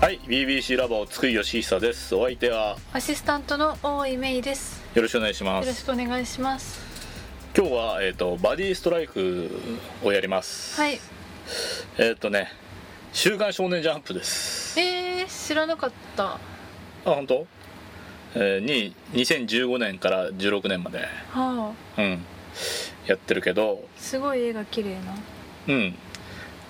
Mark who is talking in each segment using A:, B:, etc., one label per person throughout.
A: はい BBC ラボ津久井義久ですお相手は
B: アシスタントの大井芽衣です。
A: よろしくお願いしま
B: よろ
A: す
B: しくお願いします。
A: 今日は、えー、とバディストライクをやります、
B: はい。
A: えっ、とね「週刊少年ジャンプ」です
B: えー、知らなかった。
A: あ本当？えーに2015年から16年まで
B: はあ、
A: うんやってるけど
B: すごい絵が綺麗な。
A: うん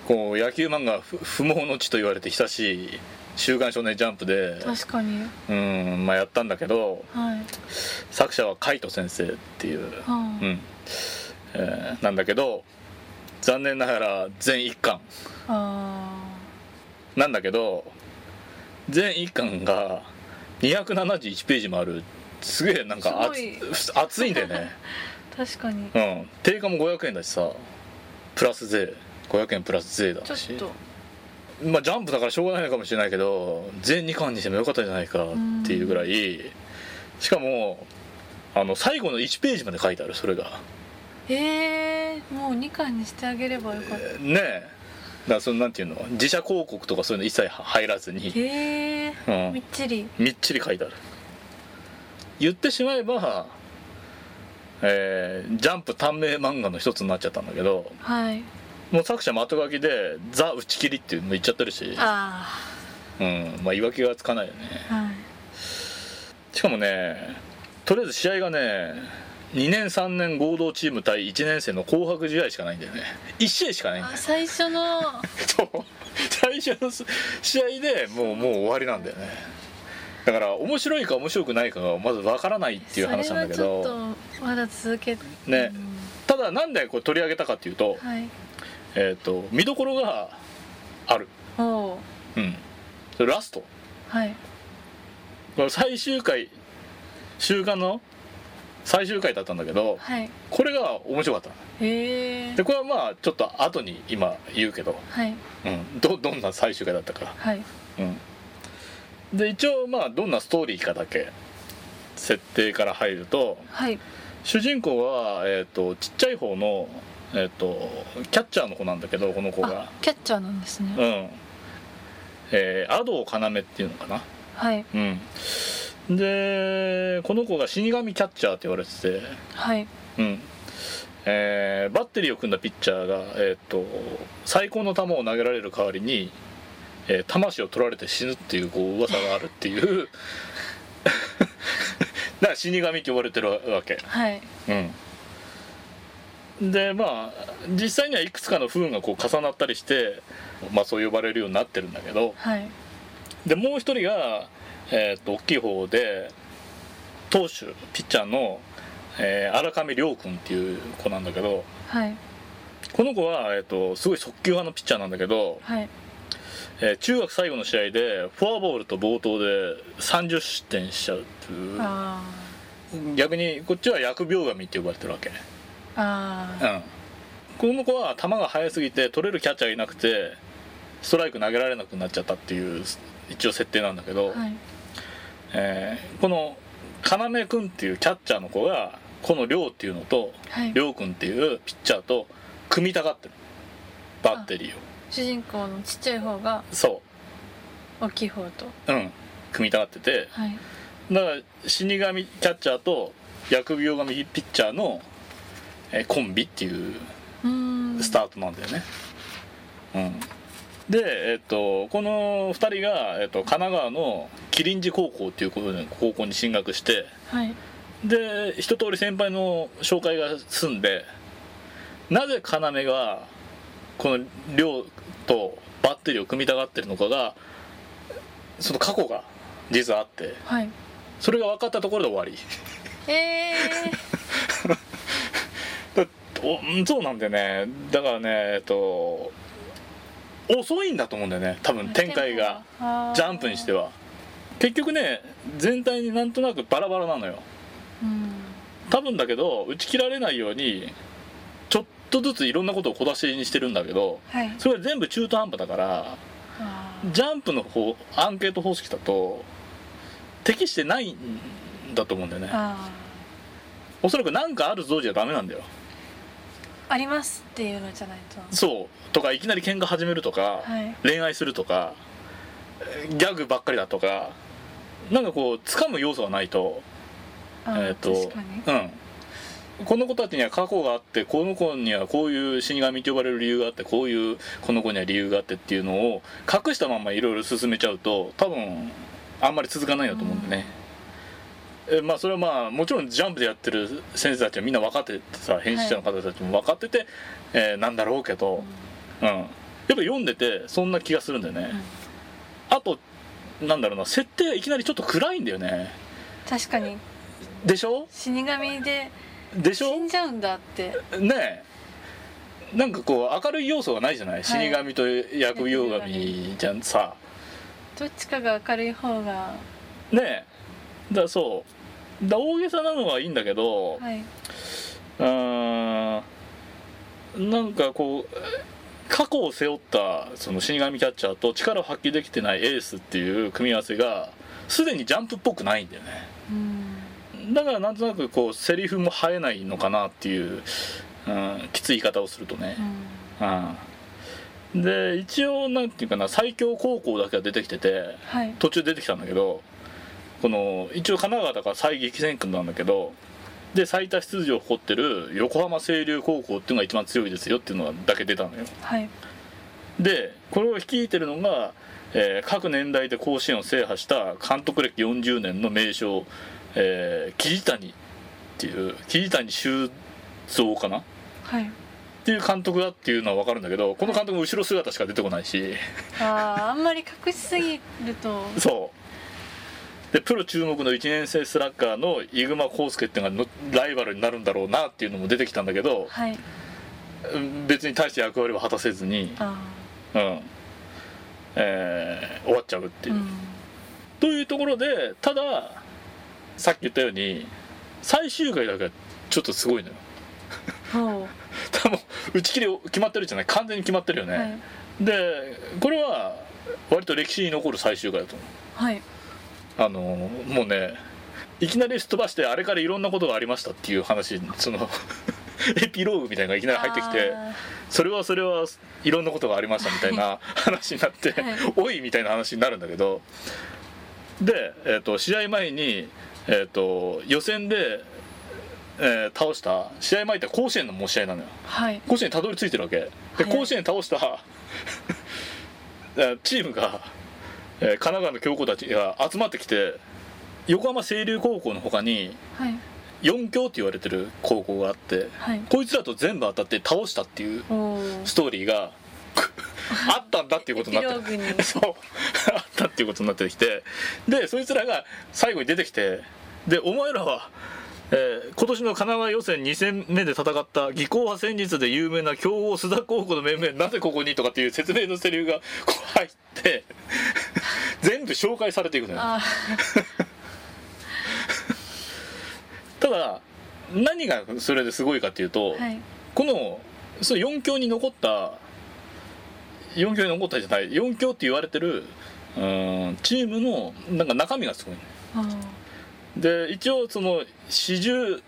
A: こう野球漫画不不毛の地と言われて久しい「週刊少年ジャンプで」
B: 確かに。
A: うんまあやったんだけど
B: はい。
A: 作者は海斗先生っていう、
B: は
A: うんえーなんだけど残念ながら全1巻
B: あ。あ
A: なんだけど全1巻が271ページもあるすげえなんか熱
B: す
A: 熱いんだ よね
B: ー確かに。
A: うん定価も500円だしさプラス税500円プラス税だ
B: ちょっ
A: し
B: と。
A: まあジャンプだからしょうがないのかもしれないけど全2巻にしてもよかったじゃないかっていうぐらいしかもあの最後の1ページまで書いてあるそれが
B: えー、もう2巻にしてあげればよかった。
A: ねえだからそのなんていうの自社広告とかそういうの一切入らずに
B: えー、
A: うん
B: みっちり。
A: みっちり書いてある言ってしまえば、えージャンプ短命漫画の一つになっちゃったんだけど
B: はい。
A: もう作者後書きで「ザ打ち切り」っていうのも言っちゃってるし、
B: あ
A: うん、まあ言い訳がつかないよね
B: あ。はい。
A: しかもねとりあえず試合がね2年3年合同チーム対1年生の紅白試合しかないんだよね1試合しかないんだよ
B: あ最初の。
A: そう最初の試合でもうもう終わりなんだよねだから面白いか面白くないかがまずわからないっていう話なんだけ
B: それ
A: ど
B: はちょっと、まだ続け。
A: ね
B: うん
A: ただなんでこれ取り上げたかっていうと,、
B: はい。
A: えー、と見どころがある、
B: おう。
A: うん、それラスト
B: はい。
A: これ最終回週刊の最終回だったんだけど
B: はい。
A: これが面白かった
B: え
A: で
B: ー。
A: これはまあちょっと後に今言うけど、
B: はい。
A: うん、どどんな最終回だったか
B: はい。
A: うん、で一応まあどんなストーリーかだけ設定から入ると
B: はい。
A: 主人公は、えー、とちっちゃい方の、えー、とキャッチャーの子なんだけどこの子が
B: あ、キャッチャーなんですね。
A: うんえー、アド要っていうのかな
B: はい
A: うんでこの子が死神キャッチャーって言われてて、
B: はい
A: うんえーバッテリーを組んだピッチャーが、えー、と最高の球を投げられる代わりに、えー魂を取られて死ぬっていうこう噂があるっていう だから死神って呼ばれてるわけ、
B: はい
A: うん、でまあ実際にはいくつかの不運がこう重なったりして、まあ、そう呼ばれるようになってるんだけど
B: はい
A: でもう一人が、えー、と大きい方で投手ピッチャーの、えー荒上亮君っていう子なんだけど
B: はい
A: この子は、えー、とすごい速球派のピッチャーなんだけど、
B: はい
A: えー中学最後の試合でフォアボールと冒頭で30失点しちゃうっていう
B: あ
A: 逆にこっちは疫病神って呼ばれてるわけ、
B: ーあー
A: うん、この子は球が速すぎて取れるキャッチャーがいなくてストライク投げられなくなっちゃったっていう一応設定なんだけど、
B: はい
A: えーこの要君っていうキャッチャーの子がこの亮っていうのと
B: はい
A: 亮君っていうピッチャーと組みたがってるバッテリーを
B: 主人公のちっちゃい方が
A: そ
B: 大きい方と
A: ううん組みたがってて
B: はい
A: だから死神キャッチャーと疫病神ピッチャーの、えーコンビっていう
B: うーん
A: スタートなんだよねうんでえっとこの2人が、えっと、神奈川の麒麟寺高校っていうことで高校に進学して
B: はい
A: で一通り先輩の紹介が済んでなぜ要がこの亮とバッテリーを組みたがってるのかがその過去が実はあって
B: はい
A: それが分かったところで終わり
B: え
A: だおうんそうなんでねだからねえっと遅いんだと思うんだよね多分
B: ー
A: 展開が
B: テンポがあー
A: ジャンプにしては結局ね全体になんとなくバラバラなのよ
B: うん
A: 多分だけど打ち切られないようにちょっとずついろんなことを小出しにしてるんだけど
B: はい
A: それは全部中途半端だから
B: あ
A: ジャンプの方アンケート方式だと適してないんだと思うんだよ
B: ー
A: ね
B: あ
A: おそらく何かあるぞじゃダメなんだよ
B: ーありますっていうのじゃないと
A: そうとかいきなり喧嘩始めるとか、
B: はい
A: 恋愛するとかギャグばっかりだとかなんかこう掴む要素がないと
B: あ
A: えー、と
B: 確かに
A: うん、この子たちには過去があってこの子にはこういう死神と呼ばれる理由があってこういうこの子には理由があってっていうのを隠したままいろいろ進めちゃうと多分あんまり続かないよと思うんでね、えまあそれはまあもちろんジャンプでやってる先生たちはみんな分かっててさ編集者の方たちも分かってて、えーなんだろうけど、うん、やっぱ読んでてそんな気がするんだよね、あとなんだろうな設定がいきなりちょっと暗いんだよね
B: 確かに
A: でしょ
B: 死神で
A: でしょ
B: 死んじゃうんだって
A: ねえなんかこう明るい要素がないじゃない、死神と薬用神じゃんさ
B: どっちかが明るい方が
A: ねえだそうだ大げさなのはいいんだけど、
B: はいう
A: ーんなんかこう過去を背負ったその死神キャッチャーと力を発揮できてないエースっていう組み合わせがすでにジャンプっぽくないんだよね
B: うん
A: だからなんとなくこうセリフも生えないのかなっていう、うん、きつい言い方をするとね、
B: うん
A: うん、で一応なんていうかな最強高校だけは出てきてて
B: はい
A: 途中出てきたんだけどこの一応神奈川だから最激戦区なんだけどで最多出場を誇ってる横浜清流高校っていうのが一番強いですよっていうのがだけ出たのよ
B: はい
A: でこれを率いてるのが、えー各年代で甲子園を制覇した監督歴40年の名将、えー、桐谷っていう桐谷修造かな
B: はい
A: っていう監督だっていうのは分かるんだけどこの監督も後ろ姿しか出てこないし
B: あーあんまり隠しすぎると
A: そうでプロ注目の1年生スラッガーの伊熊康介っていうのがのライバルになるんだろうなっていうのも出てきたんだけど
B: はい
A: うん別に大して役割は果たせずに、
B: あ
A: うんえー終わっちゃうって
B: ー
A: いうう。
B: ん
A: というところでたださっき言ったように最終回だけはちょっとすごいのよ。
B: ほ
A: 多分打ち切り決まってるじゃない完全に決まってるよ
B: う
A: ね。
B: はい
A: でこれは割と歴史に残る最終回だと思う
B: はい
A: あのもうねいきなりすっ飛ばしてあれからいろんなことがありましたっていう話その エピローグみたいなのがいきなり入ってきて
B: あ
A: それはそれはいろんなことがありましたみた いな話になって
B: はい
A: 「おい!」みたいな話になるんだけどで、えー、と試合前に、えー、と予選で、えー倒した試合前って甲子園のもう試合なのよ。
B: ーはい
A: 甲子園にたどり着いてるわけで
B: はい
A: 甲子園倒した えチームが、えー神奈川の強豪たちが集まってきて横浜清流高校の他に
B: はい
A: 4強って言われてる高校があって
B: はい
A: こいつらと全部当たって倒したっていう
B: おお
A: ストーリーが あったんだっていうことにな
B: エ
A: っ
B: ピローグ
A: て
B: に
A: そう あったっていうことになってきてでそいつらが最後に出てきてでお前らは、えー今年の神奈川予選2戦目で戦った技巧派戦術で有名な強豪須田高校の面々なぜここにとかっていう説明のセリフがこう入って全部紹介されていくのよ。
B: あ
A: ただ何がそれですごいかっていうと、
B: ーはい
A: このその4強に残った4強に残ったじゃない4強って言われてるうーんチームのなんか中身がすごいね
B: あ
A: で一応その四十って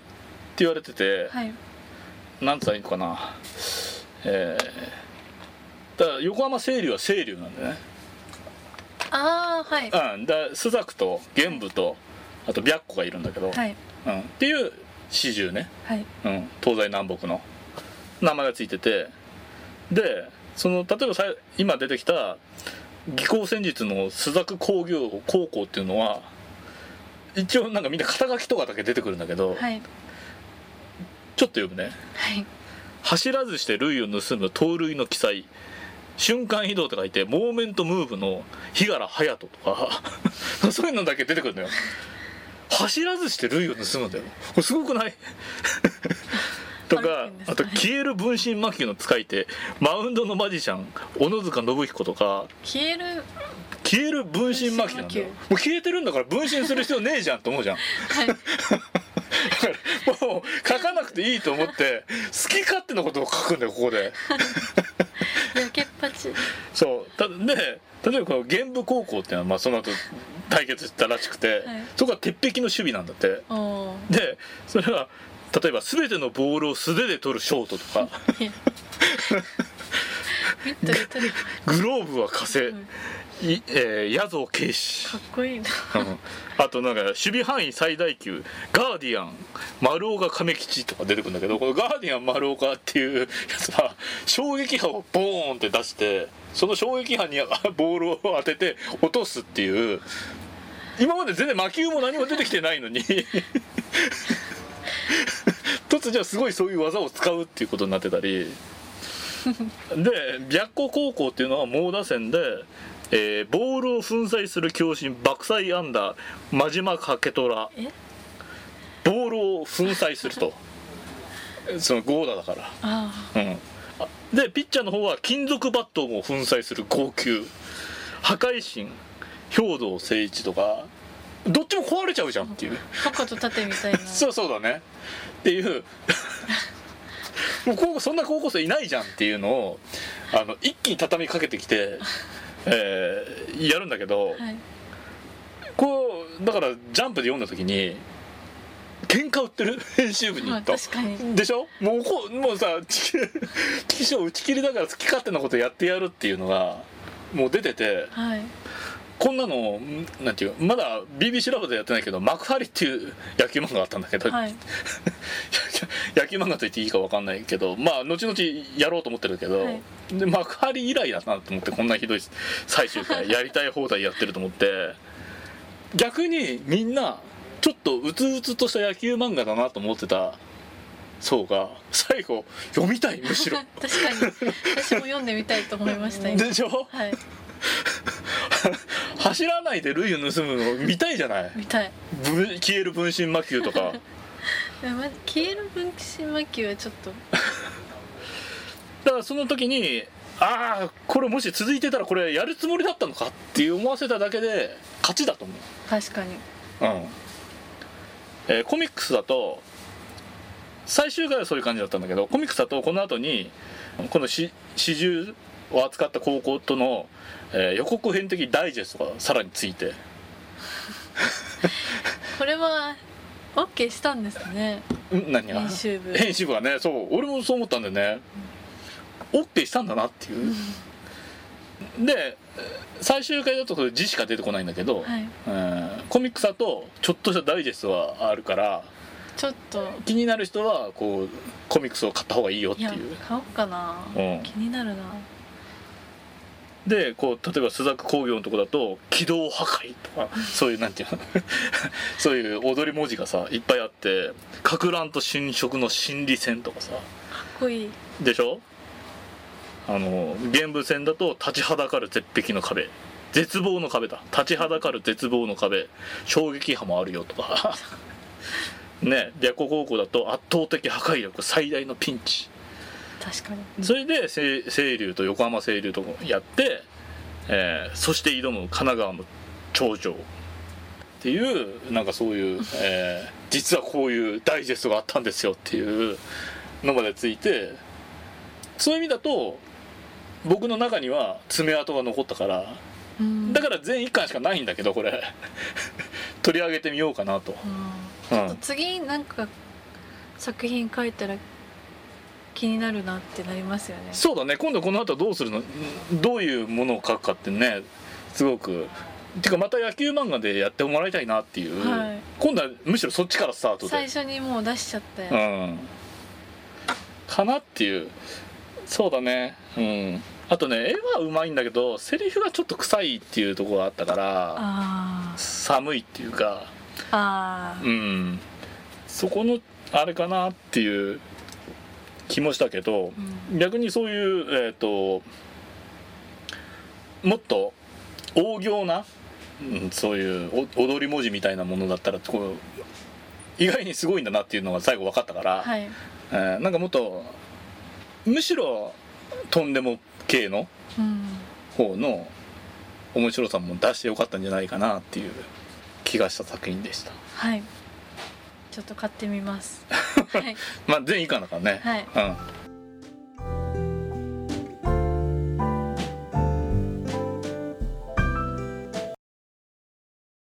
A: 言われてて、
B: ーはい
A: なんつったらいいのかなえーだから横浜清流は清流なんだよね
B: ああはい
A: うんだ須作と玄武とあと白虎がいるんだけど、
B: はい
A: うん、っていう四十ね
B: はい
A: うん、東西南北の名前がついててでその例えばさ今出てきた技巧戦術の朱雀工業高校っていうのは一応なんかみんな肩書きとかだけ出てくるんだけど、
B: はい
A: ちょっと読むね
B: はい
A: 「走らずして類を盗む盗塁の記載」「瞬間移動」とかいて「モーメントムーブ」の日柄隼人とか そういうのだけ出てくるんだよ走らずして類を盗むんだよこれすごく ない
B: 歩くんです
A: とか、
B: ね
A: あと消える分身魔球の使い手マウンドのマジシャン小野塚信彦とか
B: 消える
A: 消える分身魔球なんだ
B: 分身魔球
A: よもう消えてるんだから分身する必要ねえじゃんと思うじゃん
B: はい
A: だからもう書かなくていいと思って好き勝手なことを書くんだよここで
B: 焼けっぱち
A: そうたで例えばこの玄武高校っていうのは、まあ、その後対決したらしくて、
B: はい
A: そこは鉄壁の守備なんだって
B: おお
A: でそれは 例えば全てのボールを素手で取るショートとか
B: ビットルトリ
A: グローブは風、
B: うん
A: いえー、矢像警視
B: かっこいいな
A: うんあとなんか守備範囲最大級ガーディアン丸岡亀吉とか出てくるんだけどこのガーディアン丸岡っていうやつは衝撃波をボーンって出してその衝撃波にあボールを当てて落とすっていう今まで全然魔球も何も出てきてないのに 突如すごいそういう技を使うっていうことになってたりで白虎高校っていうのは猛打線で、えーボールを粉砕する強振爆砕アンダー真島かけとら
B: え
A: ボールを粉砕すると そのゴーダだから
B: あ
A: うん、あでピッチャーの方は金属バットをも粉砕する号泣破壊神兵道誠一とかどっちも壊れちゃうじゃんっていう
B: あ過去と盾みたいな
A: そうそうだねっていう もう高校そんな高校生いないじゃんっていうのをあの一気に畳みかけてきて、えーやるんだけど、
B: はい
A: こうだから「ジャンプ」で読んだ時に喧嘩売ってる 編集部に行
B: まあ
A: った。
B: 確かに
A: でしょもうこうもうさ ち師匠打ち切りだから好き勝手なことやってやるっていうのがもう出てて
B: はい
A: こんなのんなんていうまだ BB 調べでやってないけど幕張っていう野球漫画があったんだけど、
B: はい
A: 野球漫画と言っていいか分かんないけどまあ後々やろうと思ってるけど、
B: はい
A: で幕張以来だなと思ってこんなひどい最終 回やりたい放題やってると思って逆にみんなちょっとうつうつとした野球漫画だなと思ってた層が最後読みたいむ しろ
B: 確かに私も読んでみたいと思いました今
A: でしょ
B: はい
A: 走らないで塁を盗むの見たいじゃない
B: 見たい
A: ぶ消える分身魔球とか
B: いやまず消える分岐神魔球はちょっと
A: だからその時にああこれもし続いてたらこれやるつもりだったのかって思わせただけで勝ちだと思う
B: 確かに
A: うんえーコミックスだと最終回はそういう感じだったんだけどコミックスだとこの後にこのし始終を扱った高校との、えー予告編的ダイジェストがさらについて
B: これは OK したんですね
A: ん何が
B: 編集部
A: 編集部がねそう俺もそう思ったんだよね OK したんだなっていうでえー最終回だとそれ字しか出てこないんだけど、
B: はい
A: うんコミックスだとちょっとしたダイジェストはあるから
B: ちょっと
A: 気になる人はこうコミックスを買った方がいいよっ
B: い
A: てい
B: や
A: う
B: 買おうかな、
A: うん
B: 気になるな
A: でこう例えば朱雀工業のとこだと「軌道破壊」とか そういうなんていうのそういう踊り文字がさいっぱいあって「か乱と侵食の心理戦」とかさ
B: かっこいい
A: でしょあの原文戦だと「立ちはだかる絶壁の壁」「絶望の壁だ」「立ちはだかる絶望の壁」「衝撃波もあるよ」とか ね白虎高校だと「圧倒的破壊力最大のピンチ」
B: 確かに
A: それでせ清流と横浜清流とやって、えーそして挑む神奈川の頂上っていうなんかそういう、えー実はこういうダイジェストがあったんですよっていうのまでついてそういう意味だと僕の中には爪痕が残ったから
B: うん
A: だから全1巻しかないんだけどこれ 取り上げてみようかなと。
B: う
A: うん
B: ん、次なんか作品書いたら気になるなってなりますよね
A: そうだね今度この後どうするのんどういうものを書くかってねすごくてかまた野球漫画でやってもらいたいなっていう、
B: はい
A: 今度はむしろそっちからスタート
B: 最
A: で
B: 初にもう出しちゃって、
A: うんかなっていうそうだねうんあとね絵はうまいんだけどセリフがちょっと臭いっていうところがあったから
B: あー
A: 寒いっていうか
B: あー
A: うんそこのあれかなっていう気もしたけど、
B: うん
A: 逆にそういう、えー、ともっと大行な、うん、そういうお踊り文字みたいなものだったらこう意外にすごいんだなっていうのが最後分かったから、
B: はい
A: えーなんかもっとむしろとんでも系の
B: うん
A: 方の面白さも出してよかったんじゃないかなっていう気がした作品でした。
B: はいちょっと買ってみますはい
A: まあ全員以下だからね、
B: はい
A: うん